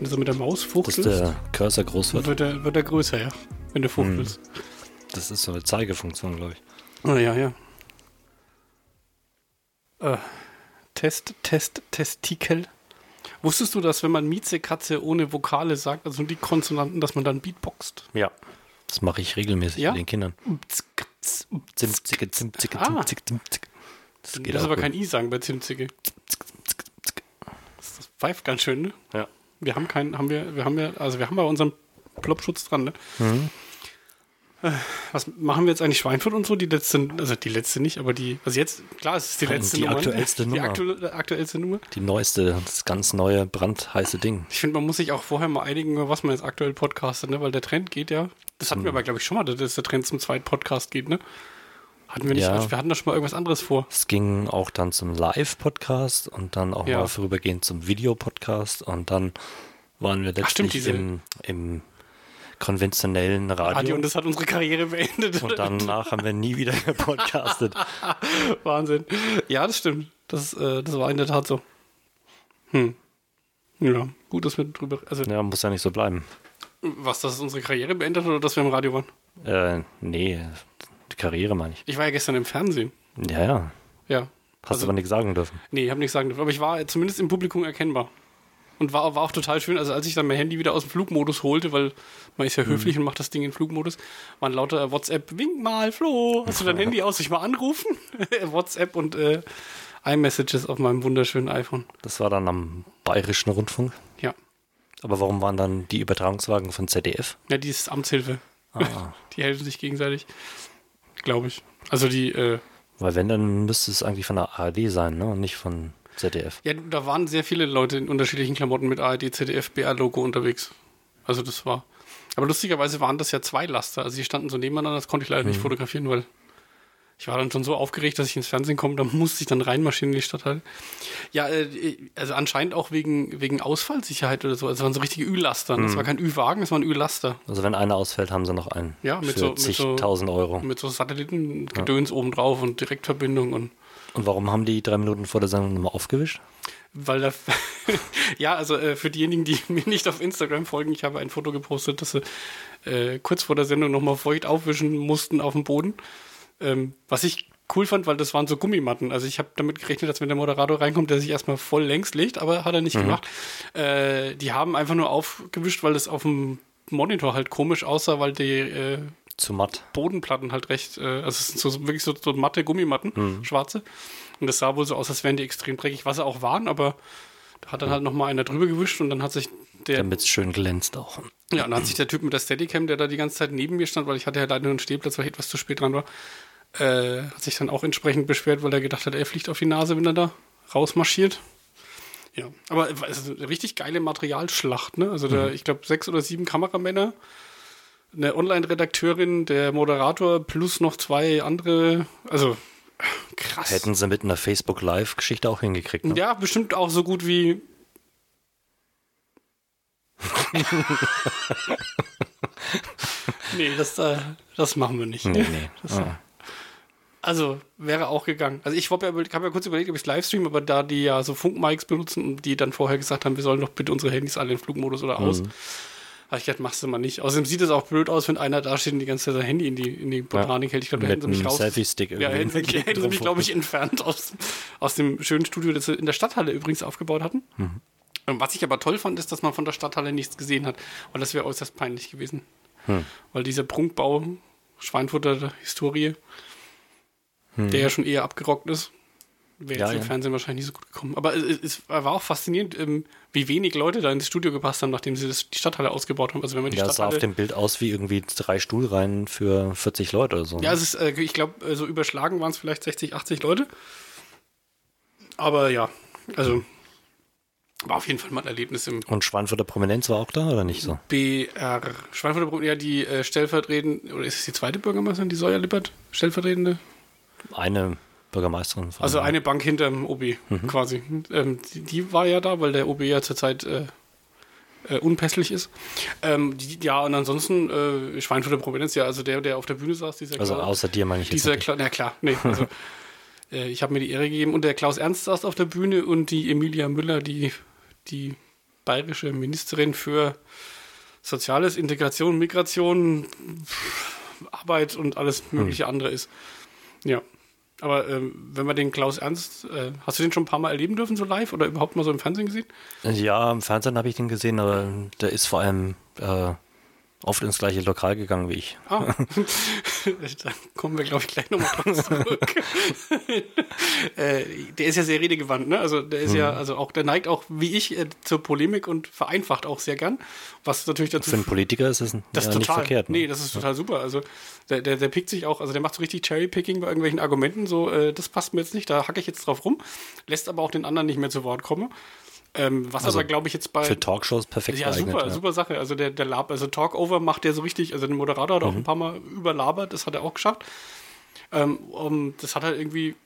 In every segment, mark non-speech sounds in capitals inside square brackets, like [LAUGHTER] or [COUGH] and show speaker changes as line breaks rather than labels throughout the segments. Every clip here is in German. also mit der Maus
dass
fuchtelst,
der Hm. Cursor groß wird.
wird er, wird er größer, ja. Wenn du fuchtelst.
Das ist so eine Zeigefunktion, glaube ich.
Ah, ja, ja. Äh, Test, Test, Testikel. Wusstest du, dass wenn man Mieze Katze ohne Vokale sagt, also die Konsonanten, dass man dann Beatboxt?
Ja. Das mache ich regelmäßig
Ja?
mit den Kindern.
Umts, katz, um-
Zimtzicke, zimtzicke,
Ah.
zimtzicke, zimtzicke. Das
Das
geht
ist
auch
aber
gut.
kein I sagen bei Zimtzige. Das pfeift ganz schön, ne?
Ja.
Wir haben keinen, haben wir, wir haben ja, also wir haben bei unserem Plopschutz dran, ne?
Mhm.
Äh, Was machen wir jetzt eigentlich Schweinfurt und so? Die letzte, also die letzte nicht, aber die, also jetzt, klar, es ist die
Nein,
letzte
die
Nummer. ne?
aktuellste
Die
Nummer.
aktu aktuellste Nummer.
Die neueste, das ganz neue, brandheiße Ding.
Ich finde, man muss sich auch vorher mal einigen, über was man jetzt aktuell podcastet, ne? Weil der Trend geht ja. Das hatten wir
Mhm.
aber, glaube ich, schon mal, dass der Trend zum zweiten Podcast geht, ne? Hatten wir nicht, also
Ja.
wir hatten da schon mal irgendwas anderes vor.
Es ging auch dann zum Live-Podcast und dann auch
Ja.
mal vorübergehend zum Videopodcast und dann waren wir letztlich
stimmt, diese-
im, im konventionellen Radio.
Adi, und das hat unsere Karriere beendet.
und danach haben wir nie [LAUGHS] wieder gepodcastet.
Wahnsinn. Ja, das stimmt. Das, äh, das war in der Tat so. Hm. Ja, gut, dass wir drüber. Also,
ja, muss ja nicht so bleiben.
was, dass es unsere Karriere beendet hat oder dass wir im Radio waren?
Äh, nee, die Karriere meine ich.
Ich war ja gestern im Fernsehen.
Ja, ja.
Ja.
Hast aber nichts sagen dürfen.
Nee, ich habe nichts sagen dürfen. Aber ich war äh, zumindest im Publikum erkennbar. Und war, war auch total schön. Also, als ich dann mein Handy wieder aus dem Flugmodus holte, weil man ist ja höflich und macht das Ding in Flugmodus, waren lauter äh, WhatsApp: Wink mal, Flo, hast du dein Handy aus? Soll Ich mal anrufen? [LAUGHS] WhatsApp und äh, iMessages auf meinem wunderschönen iPhone.
Das war dann am Bayerischen Rundfunk.
Ja.
Aber warum waren dann die Übertragungswagen von ZDF?
Ja, die ist Amtshilfe.
Ah.
[LAUGHS] Die helfen sich gegenseitig. Glaube ich. Also die, äh,
Weil wenn, dann müsste es eigentlich von der ARD sein, ne? Und nicht von ZDF.
ja, da waren sehr viele Leute in unterschiedlichen Klamotten mit ARD, ZDF, BR-Logo unterwegs. Also das war. Aber lustigerweise waren das ja zwei Laster. Also die standen so nebeneinander, das konnte ich leider nicht fotografieren, weil ich war dann schon so aufgeregt, dass ich ins Fernsehen komme, da musste ich dann reinmarschieren in die Stadthalle. Ja, äh, also anscheinend auch wegen, wegen Ausfallsicherheit oder so. Also es waren so richtige Ü-Laster. Das war kein Ü-Wagen, das war ein Ü-Laster.
Also wenn einer ausfällt, haben sie noch einen.
Ja, mit so-
für
mit so-
10.000 Euro.
Mit so Satellitengedöns obendrauf und Direktverbindung und
Und warum haben die drei Minuten vor der Sendung nochmal aufgewischt?
Weil da, [LAUGHS] ja, also äh, für diejenigen, die [LAUGHS] mir nicht auf Instagram folgen, ich habe ein Foto gepostet, dass sie äh, kurz vor der Sendung nochmal feucht aufwischen mussten auf dem Boden. Ähm, was ich cool fand, weil das waren so Gummimatten. Also ich habe damit gerechnet, dass wenn der Moderator reinkommt, der sich erstmal voll längs legt, aber hat er nicht gemacht. Äh, die haben einfach nur aufgewischt, weil das auf dem Monitor halt komisch aussah, weil die äh,
Zu matt.
Bodenplatten halt recht, äh, also es sind so, so wirklich so, so matte Gummimatten, schwarze. Und das sah wohl so aus, als wären die extrem dreckig, was sie auch waren, aber da hat dann halt nochmal einer drüber gewischt und dann hat sich der,
Damit es schön glänzt auch.
ja, dann hat sich der Typ mit der Steadicam, der da die ganze Zeit neben mir stand, weil ich hatte ja leider nur einen Stehplatz, weil ich etwas zu spät dran war, äh, hat sich dann auch entsprechend beschwert, weil er gedacht hat, er fliegt auf die Nase, wenn er da rausmarschiert. Ja, aber es ist eine richtig geile Materialschlacht, ne? Also da, ich glaube, sechs oder sieben Kameramänner, eine Online-Redakteurin, der Moderator plus noch zwei andere, also krass.
Hätten sie mit einer Facebook Live-Geschichte auch hingekriegt. Ne?
Ja, bestimmt auch so gut wie. nee, das, äh, das machen wir nicht.
Nee,
[LAUGHS]
nee. Ah.
Also wäre auch gegangen. Also ich habe ja, über- hab ja kurz überlegt, ob ich Livestream, aber da die ja so Funkmics benutzen und die dann vorher gesagt haben, wir sollen doch bitte unsere Handys alle in Flugmodus oder aus.
Mhm.
Habe ich gedacht, machst du mal nicht. Außerdem sieht es auch blöd aus, wenn einer da steht und die ganze Zeit sein Handy in die, in die Botanik hält. Ich glaube, da hätten
Mit
sie mich
einem
raus.
Selfie-Stick
ja, hätten sie mich,
irgendwie
hätten sie mich
drauf.
glaube ich, entfernt aus, aus dem schönen Studio, das sie in der Stadthalle übrigens aufgebaut hatten.
Mhm.
Ähm, Was ich aber toll fand, ist, dass man von der Stadthalle nichts gesehen hat. Weil das wäre äußerst peinlich gewesen.
Hm.
Weil dieser Prunkbau Schweinfurter Historie, der ja schon eher abgerockt ist, wäre
Hm. Ja,
jetzt im
ja.
Fernsehen wahrscheinlich nicht so gut gekommen. Aber es, es es war auch faszinierend, ähm, wie wenig Leute da ins Studio gepasst haben, nachdem sie das, die Stadthalle ausgebaut haben. Also wenn man die
Ja, es sah auf
Stadthalle...
dem Bild aus wie irgendwie drei Stuhlreihen für 40 Leute oder so.
Ja, es ist, äh, ich glaube, so überschlagen waren es vielleicht 60, 80 Leute. Aber ja, also war auf jeden Fall mal ein Erlebnis im
Und Schweinfurter Prominenz war auch da oder nicht so?
BR. Schweinfurter ja, die äh, stellvertretende, oder ist es die zweite Bürgermeisterin, die Säuer Lippert? Stellvertretende?
Eine Bürgermeisterin. Von
Also eine Bank hinterm OB quasi. Ähm, die, die war ja da, weil der OB ja zurzeit äh, äh, unpässlich ist. Ähm, die, ja, und ansonsten äh, Schweinfurter Provinz, ja, also der, der auf der Bühne saß, dieser
also
Klaus-
außer dir meine ich jetzt.
dieser
nicht.
Klaus, na klar, nee, also äh, ich habe mir die Ehre gegeben und der Klaus Ernst saß auf der Bühne und die Emilia Müller, die, die bayerische Ministerin für Soziales, Integration, Migration, Arbeit und alles mögliche andere ist. Ja. Aber ähm, wenn man den Klaus Ernst, äh, hast du den schon ein paar Mal erleben dürfen, so live oder überhaupt mal so im Fernsehen gesehen?
Ja, im Fernsehen habe ich den gesehen, aber der ist vor allem äh, oft ins gleiche Lokal gegangen wie ich.
Ah, [LAUGHS] da kommen wir, glaube ich, gleich nochmal drauf
[LAUGHS]
zurück. äh, der ist ja sehr redegewandt, ne? Also der ist ja,
Mhm.
also auch, der neigt auch, wie ich, äh, zur Polemik und vereinfacht auch sehr gern. Was natürlich dazu
Für einen Politiker ist das, n-
das
ja,
ist total,
nicht verkehrt. ne?
Nee, das ist total super. Also der, der, der pickt sich auch, also der macht so richtig Cherry-Picking bei irgendwelchen Argumenten, so, äh, das passt mir jetzt nicht, da hacke ich jetzt drauf rum, lässt aber auch den anderen nicht mehr zu Wort kommen. Ähm, was aber, glaube ich, jetzt bei.
Also, Für Talkshows perfekt
Ja,
geeignet.
super,
ja.
super Sache. Also der, der Lab, also Talkover macht der so richtig, also der Moderator hat
Mhm.
auch ein paar Mal überlabert, das hat er auch geschafft. Ähm, um, das hat halt irgendwie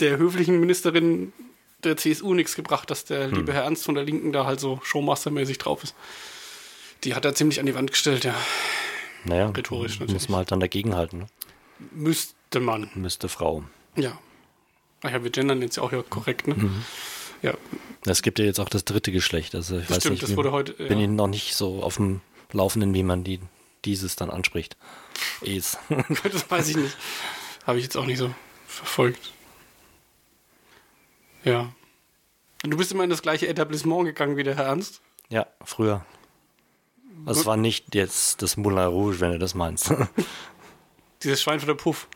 der höflichen Ministerin der CSU nichts gebracht, dass der
Hm.
liebe Herr Ernst von der Linken da halt so Showmaster-mäßig drauf ist. Die hat er ziemlich an die Wand gestellt, ja.
Naja,
Rhetorisch natürlich.
muss man halt dann dagegenhalten. Ne?
Müsste man,
Müsste Frau.
ja. Ach ja, wir gendern jetzt ja auch ja korrekt, ne?
Mhm.
Ja,
Es gibt ja jetzt auch das dritte Geschlecht. Also ich weiß
stimmt,
nicht,
das
wie-
wurde heute,
bin
ja.
ich noch nicht so auf dem Laufenden, wie man die, dieses dann anspricht. Es.
[LAUGHS]
[LAUGHS]
das weiß ich nicht. Habe ich jetzt auch nicht so verfolgt. Ja. Und du bist immer in das gleiche Etablissement gegangen wie der Herr Ernst?
ja, früher. Also es war nicht jetzt das Moulin Rouge, wenn du das meinst. [LAUGHS]
Dieses Schwein von der Puff.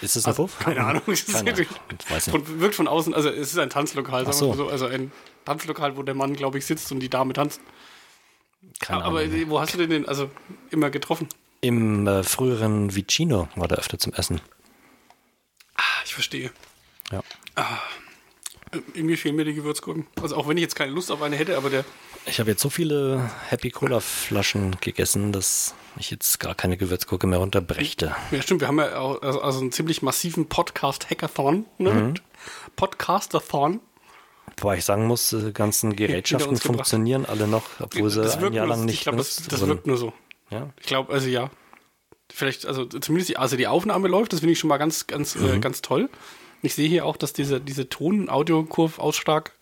Ist das ein Puff?
Also, Keine Ahnung. Das ist
Keine Ahnung.
natürlich-
Ich weiß nicht.
Von, wirkt von außen, also es ist ein Tanzlokal, sagen
Ach
wir mal
so.
so. Also ein Tanzlokal, wo der Mann, glaube ich, sitzt und die Dame tanzt.
Keine
Aber
Ahnung.
wo hast du denn den, also immer getroffen?
Im äh, früheren Vicino war der öfter zum Essen.
Ah, ich verstehe.
Ja.
Äh, Irgendwie fehlen mir die Gewürzgurken. Also auch wenn ich jetzt keine Lust auf eine hätte, aber der
Ich habe jetzt so viele Happy Cola Flaschen gegessen, dass ich jetzt gar keine Gewürzgurke mehr runterbrächte.
Ja, stimmt, wir haben ja auch, also, also einen ziemlich massiven Podcast-Hackathon, ne?
Mhm.
Podcastathon.
Wobei ich sagen muss,
[LAUGHS]
die ganzen Gerätschaften
uns gebracht.
funktionieren alle noch, obwohl sie ein Jahr
nur,
lang
so-
nicht
ich glaub, das,
benutzt
das
wurden.
wirkt nur so.
Ja.
Ich glaube, also ja. Vielleicht, also zumindest die, also die Aufnahme läuft, das finde ich schon mal ganz, ganz, äh,
Mhm.
ganz toll. Ich sehe hier auch, dass diese, diese Ton-Audio-Kurv-Ausschlag,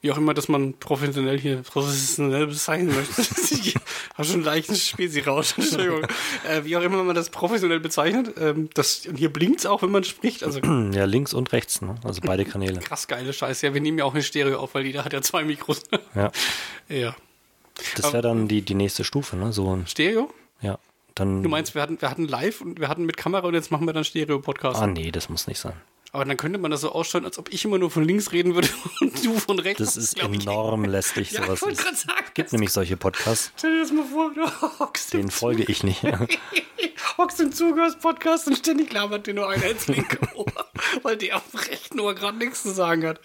wie auch immer, dass man professionell hier professionell bezeichnen möchte. [LAUGHS] ich habe schon leicht ein Spezi raus, [LAUGHS] Entschuldigung. äh, wie auch immer man das professionell bezeichnet. Ähm, das, und hier blinkt es auch, wenn man spricht. Also
ja, links und rechts, ne? also
[LAUGHS]
beide Kanäle.
krass geile Scheiße. Ja, wir nehmen ja auch eine Stereo auf, weil jeder hat ja zwei Mikros. [LAUGHS]
Ja.
ja.
Das wäre dann die, die nächste Stufe, ne? So, ein-
Stereo?
ja. Dann.
Du meinst, wir hatten, wir hatten live und wir hatten mit Kamera und jetzt machen wir dann Stereo-Podcast.
ah, nee, das muss nicht sein.
Aber dann könnte man das so aussteuern, als ob ich immer nur von links reden würde [LAUGHS] und du von rechts.
Das ist
glaub ich.
enorm
[LAUGHS]
lästig,
Ja,
sowas.
ich wollte
Es
gerade sagen,
gibt nämlich solche Podcasts,
stell dir das mal vor, du hockst im,
denen folge ich
[LAUGHS]
nicht. [LAUGHS]
hockst im Zugehörspodcast und ständig labert dir nur einer ins linke Ohr, [LAUGHS] weil der am rechten Ohr gerade nichts zu sagen hat.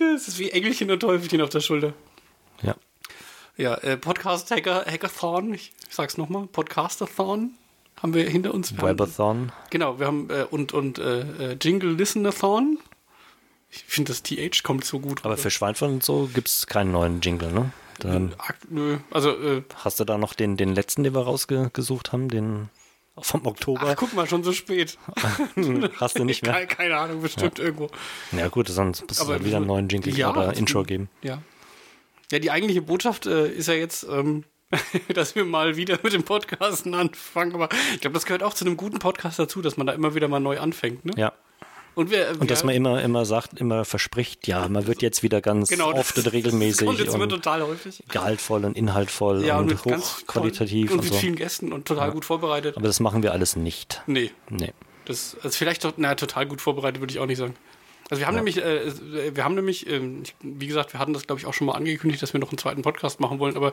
Das ist wie Engelchen und Teufelchen auf der Schulter.
ja.
Ja, äh, Podcast-Hacker, Hackathon, ich sag's nochmal, Podcastathon haben wir hinter uns. Wir haben-
Webathon.
Genau, wir haben äh, und, und äh, äh, Jingle Listenathon. Ich finde, das TH kommt so gut.
Aber für Schweinfurt und so gibt es keinen neuen Jingle, ne? Dann
Ak- Nö, also äh,
hast du da noch den, den letzten, den wir rausgesucht haben, den vom
ach,
Oktober.
guck mal, schon so spät.
[LAUGHS] hast du Also nicht
[LAUGHS]
mehr.
Keine, keine Ahnung, bestimmt irgendwo.
Ja, gut, sonst musst du
Aber-
halt wieder einen neuen Jingle
Ja,
oder
das-
Intro geben.
Ja. Ja, die eigentliche Botschaft äh, ist ja jetzt, ähm, [LAUGHS] dass wir mal wieder mit dem Podcasten anfangen. Aber ich glaube, das gehört auch zu einem guten Podcast dazu, dass man da immer wieder mal neu anfängt. Ne?
Ja.
Und, wir, wir,
Und dass man immer, immer sagt, immer verspricht, ja, man wird jetzt wieder ganz
genau, das-
oft und regelmäßig
Das kommt jetzt immer
und
total häufig.
gehaltvoll und inhaltvoll
Ja, und
und,
mit ganz
hochqualitativ
tollen-
und
Und
so.
mit vielen Gästen und total gut vorbereitet.
Aber das machen wir alles nicht.
Nee,
Nee.
Das also vielleicht doch, na, total gut vorbereitet, würde ich auch nicht sagen. Also wir haben nämlich, äh, wir haben nämlich, ähm, ich, wie gesagt, wir hatten das, glaube ich, auch schon mal angekündigt, dass wir noch einen zweiten Podcast machen wollen, aber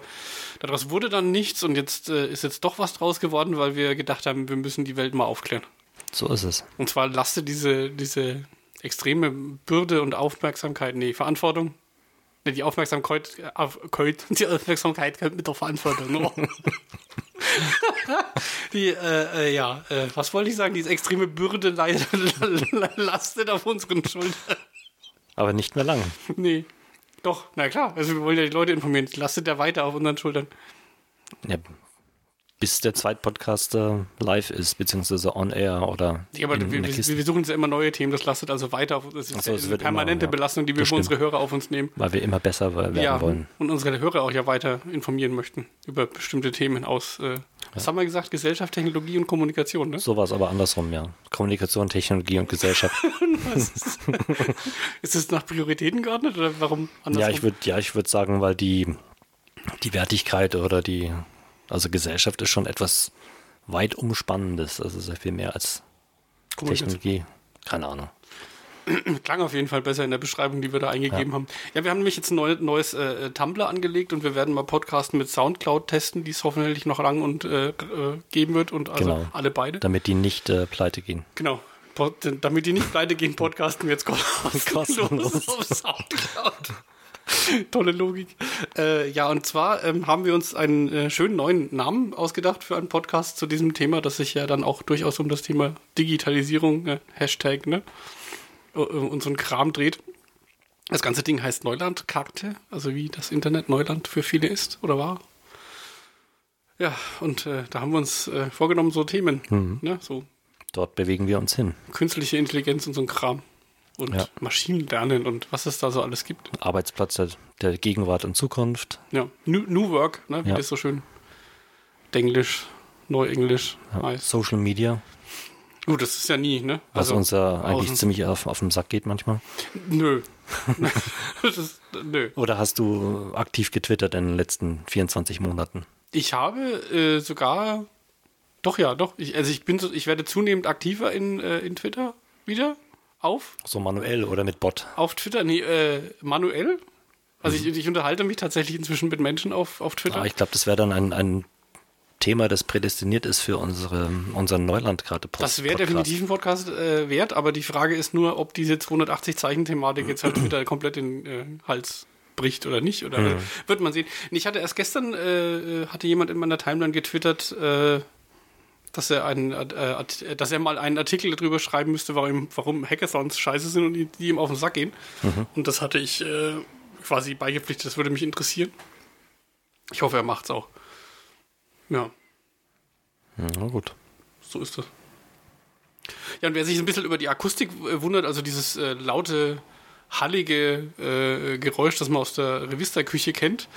daraus wurde dann nichts und jetzt äh, ist jetzt doch was draus geworden, weil wir gedacht haben, wir müssen die Welt mal aufklären.
So ist es.
Und zwar laste diese, diese extreme Bürde und Aufmerksamkeit, nee, Verantwortung. Nee, die Aufmerksamkeit, äh, auf, Keut, die Aufmerksamkeit kommt mit der Verantwortung. Oh. [LAUGHS] die, äh, äh, ja, äh, was wollte ich sagen? Diese extreme Bürde le- le- lastet auf unseren Schultern.
Aber nicht mehr lang.
Nee. Doch, na klar, also wir wollen ja die Leute informieren. Die Lastet ja weiter auf unseren Schultern.
Ja, bis der Zweitpodcast äh, live ist, beziehungsweise on air oder.
Ja, aber
in- in
wir,
der
wir,
Kiste.
wir suchen uns ja immer neue Themen, das lastet also weiter auf uns. Das ist
so,
ja
es
eine
wird immer,
permanente
ja.
Belastung, die wir
Das
für unsere
stimmt.
Hörer auf uns nehmen.
weil wir immer besser werden
ja,
wollen.
und unsere Hörer auch ja weiter informieren möchten über bestimmte Themen aus, äh, was haben wir gesagt, Gesellschaft, Technologie und Kommunikation, ne?
Sowas aber andersrum, ja. Kommunikation, Technologie und Gesellschaft.
Ist es nach Prioritäten geordnet oder warum
ja, ich würde ja, ich würde sagen, weil die, die Wertigkeit oder die, also Gesellschaft ist schon etwas weit umspannendes. Also sehr viel mehr als
Kommunikation.
Technologie. Keine Ahnung.
Klang auf jeden Fall besser in der Beschreibung, die wir da eingegeben haben. Ja, wir haben nämlich jetzt ein neu, neues äh, Tumblr angelegt und wir werden mal Podcasten mit Soundcloud testen, die es hoffentlich noch lang und äh, äh, geben wird und also
Genau.
alle beide.
Damit die nicht äh, pleite gehen.
Genau. Pod, damit die nicht pleite gehen, podcasten wir jetzt kostenlos [LAUGHS]
Kostenlos.
auf Soundcloud. Tolle Logik. Äh, ja, und zwar ähm, haben wir uns einen äh, schönen neuen Namen ausgedacht für einen Podcast zu diesem Thema, das sich ja dann auch durchaus um das Thema Digitalisierung, äh, Hashtag, ne? äh, und so ein Kram dreht. Das ganze Ding heißt Neuland-Charakter, also wie das Internet Neuland für viele ist oder war. Ja, und äh, da haben wir uns äh, vorgenommen, so Themen, ne? so
Dort bewegen wir uns hin.
künstliche Intelligenz und so ein Kram. Und
Ja.
Maschinenlernen und was es da so alles gibt.
Arbeitsplatz der, der Gegenwart und Zukunft.
Ja. New, New Work, ne? wie
Ja.
das so schön. Denglisch, Neuenglisch
Ja.
heißt.
Social Media,
Gut, das ist ja nie, ne?
was uns ja eigentlich
außen-
ziemlich auf, auf den Sack geht manchmal.
Nö. [LAUGHS] das ist, nö.
Oder hast du aktiv getwittert in den letzten 24 Monaten?
Ich habe äh, sogar. Doch, ja, doch. Ich, also ich bin so, ich werde zunehmend aktiver in, äh, in Twitter wieder. Auf.
So manuell oder mit Bot?
Auf Twitter, nee, äh, manuell. Also
Mhm.
ich, ich unterhalte mich tatsächlich inzwischen mit Menschen auf, auf Twitter.
Aber Ah, ich glaube, das wäre dann ein, ein Thema, das prädestiniert ist für unsere, unseren Neuland gerade
Das wäre definitiv ein Podcast äh, wert, aber die Frage ist nur, ob diese 280-Zeichen-Thematik jetzt halt wieder komplett in äh, Hals bricht oder nicht. Oder wird man sehen. Und Ich hatte erst gestern, äh, äh, hatte jemand in meiner Timeline getwittert, äh, dass er, einen, äh, Art- äh, dass er mal einen Artikel darüber schreiben müsste, warum, warum Hackathons scheiße sind und die, die ihm auf den Sack gehen. Und das hatte ich äh, quasi beigepflichtet, das würde mich interessieren. Ich hoffe, er macht's auch. Ja
Hm, Na gut.
so ist das. Ja, und wer sich ein bisschen über die Akustik äh, wundert, also dieses äh, laute, hallige äh, Geräusch, das man aus der Revista-Küche
[LAUGHS]
kennt,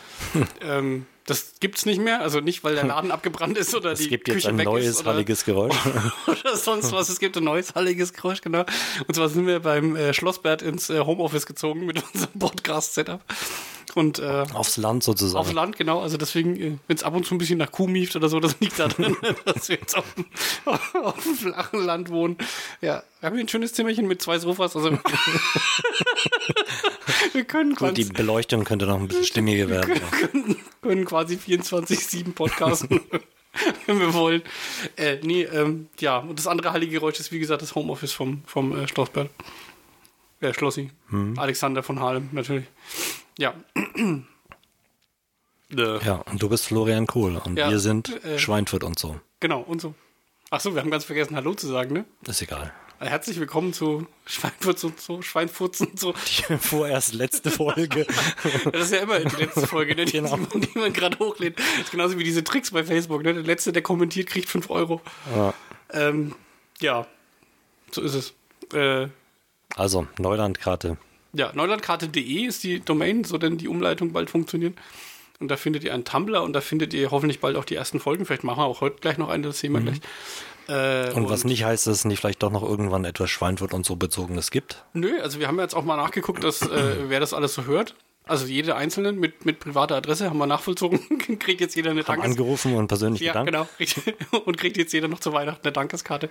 ähm, das gibt's nicht mehr. Also nicht, weil der
[LAUGHS]
Laden abgebrannt ist oder
Es
die
gibt
Küche
jetzt ein
weg
neues,
ist oder,
halliges Geräusch.
[LAUGHS] oder sonst was. Es gibt ein neues, halliges Geräusch, genau. Und zwar sind wir beim äh, Schlossbert ins äh, Homeoffice gezogen mit [LAUGHS] unserem Podcast-Setup. Und äh,
Aufs Land sozusagen.
auf Land, genau. Also deswegen, wenn es ab und zu ein bisschen nach Kuh mieft oder so, das liegt [LAUGHS] daran, dass wir jetzt auf dem, [LAUGHS] auf dem flachen Land wohnen. Ja, wir haben hier ein schönes Zimmerchen mit zwei Sofas. [LAUGHS] Also wir können
Gut, die
quasi,
Beleuchtung könnte noch ein bisschen stimmiger werden.
können quasi 24-7 [LAUGHS] podcasten, wenn wir wollen. Äh, nee, ähm, ja, und das andere heilige Geräusch ist, wie gesagt, das Homeoffice vom, vom äh, Schlossberg. Äh, Schlossi. Alexander von Halem, natürlich. Ja. Äh.
Ja, und du bist Florian Kohl und
Ja,
wir sind
äh,
Schweinfurt und so.
Genau, und so. Ach so, wir haben ganz vergessen, Hallo zu sagen, ne?
Ist egal.
Herzlich willkommen zu Schweinfurz und so, Schweinfurz und so.
Die [LAUGHS] vorerst letzte Folge.
Das ist ja immer die letzte Folge, ne? die,
Genau.
die man, die man gerade hochlädt. Das ist genauso wie diese Tricks bei Facebook, ne? Der Letzte, der kommentiert, kriegt 5 Euro.
Ja.
Ähm, ja, so ist es. Äh,
Also, Neulandkarte.
ja, neulandkarte.de ist die Domain, so denn die Umleitung bald funktionieren. Und da findet ihr einen Tumblr und da findet ihr hoffentlich bald auch die ersten Folgen. Vielleicht machen wir auch heute gleich noch eine, das sehen wir gleich. Äh,
Mhm. Und, was nicht heißt, dass es nicht vielleicht doch noch irgendwann etwas Schweinfurt und so Bezogenes gibt.
Nö, also wir haben jetzt auch mal nachgeguckt, dass äh,
[CLEARS THROAT]
wer das alles so hört. Also jede einzelne mit, mit privater Adresse haben wir nachvollzogen, [LAUGHS] kriegt jetzt jeder eine
Haben
Dankeskarte.
angerufen und persönlich
Ja,
gedankt.
genau. richtig. [LAUGHS] Und kriegt jetzt jeder noch zu Weihnachten eine Dankeskarte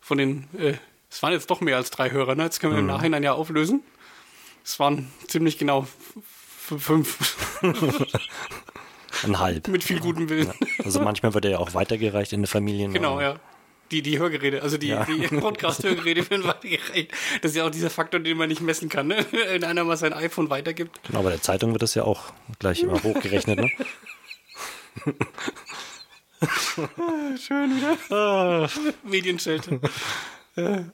von den, äh, es waren jetzt doch mehr als drei Hörer, ne? Jetzt können wir
Mhm.
im Nachhinein ja auflösen. Es waren ziemlich genau f- f- fünf [LAUGHS] genau.
Ein Halb.
mit viel gutem [LAUGHS] Willen.
Also manchmal wird er ja auch weitergereicht in den Familien.
Genau, ja. Die, die Hörgeräte, also die,
Ja. [LAUGHS]
die Podcast-Hörgeräte werden weitergereicht. Das ist ja auch dieser Faktor, den man nicht messen kann, ne? [LAUGHS] Wenn einer mal sein iPhone weitergibt.
Genau, bei der Zeitung wird das ja auch gleich immer hochgerechnet. Ne?
[LAUGHS] Schön wieder. Medienschelte. äh,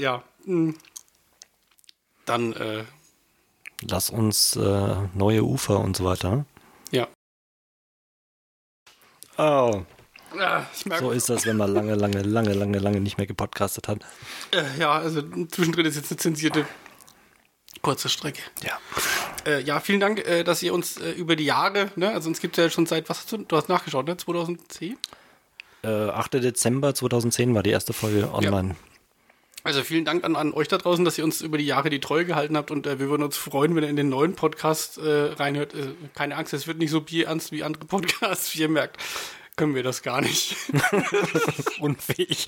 ja. mm. Dann, äh,
Lass uns äh, ne? neue Ufer und so weiter.
ja.
Oh.
Ah, ich merke.
So ist das, wenn man lange, lange, lange, lange, lange nicht mehr gepodcastet hat.
Äh, ja, also zwischendrin ist jetzt eine zensierte kurze Strecke.
Ja.
Äh, ja, vielen Dank, äh, dass ihr uns äh, über die Jahre, ne, also uns gibt es ja schon seit, was hast du, du hast nachgeschaut, ne, 2010?
Äh, 8. Dezember 2010 war die erste Folge online.
Also vielen Dank an, an euch da draußen, dass ihr uns über die Jahre die Treue gehalten habt und äh, wir würden uns freuen, wenn ihr in den neuen Podcast äh, reinhört. Äh, keine Angst, es wird nicht so bierernst wie andere Podcasts, wie ihr merkt. Können wir das gar nicht.
Unfähig.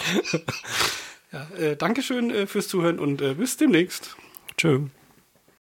äh, Dankeschön äh, fürs Zuhören und äh, bis demnächst.
Tschö.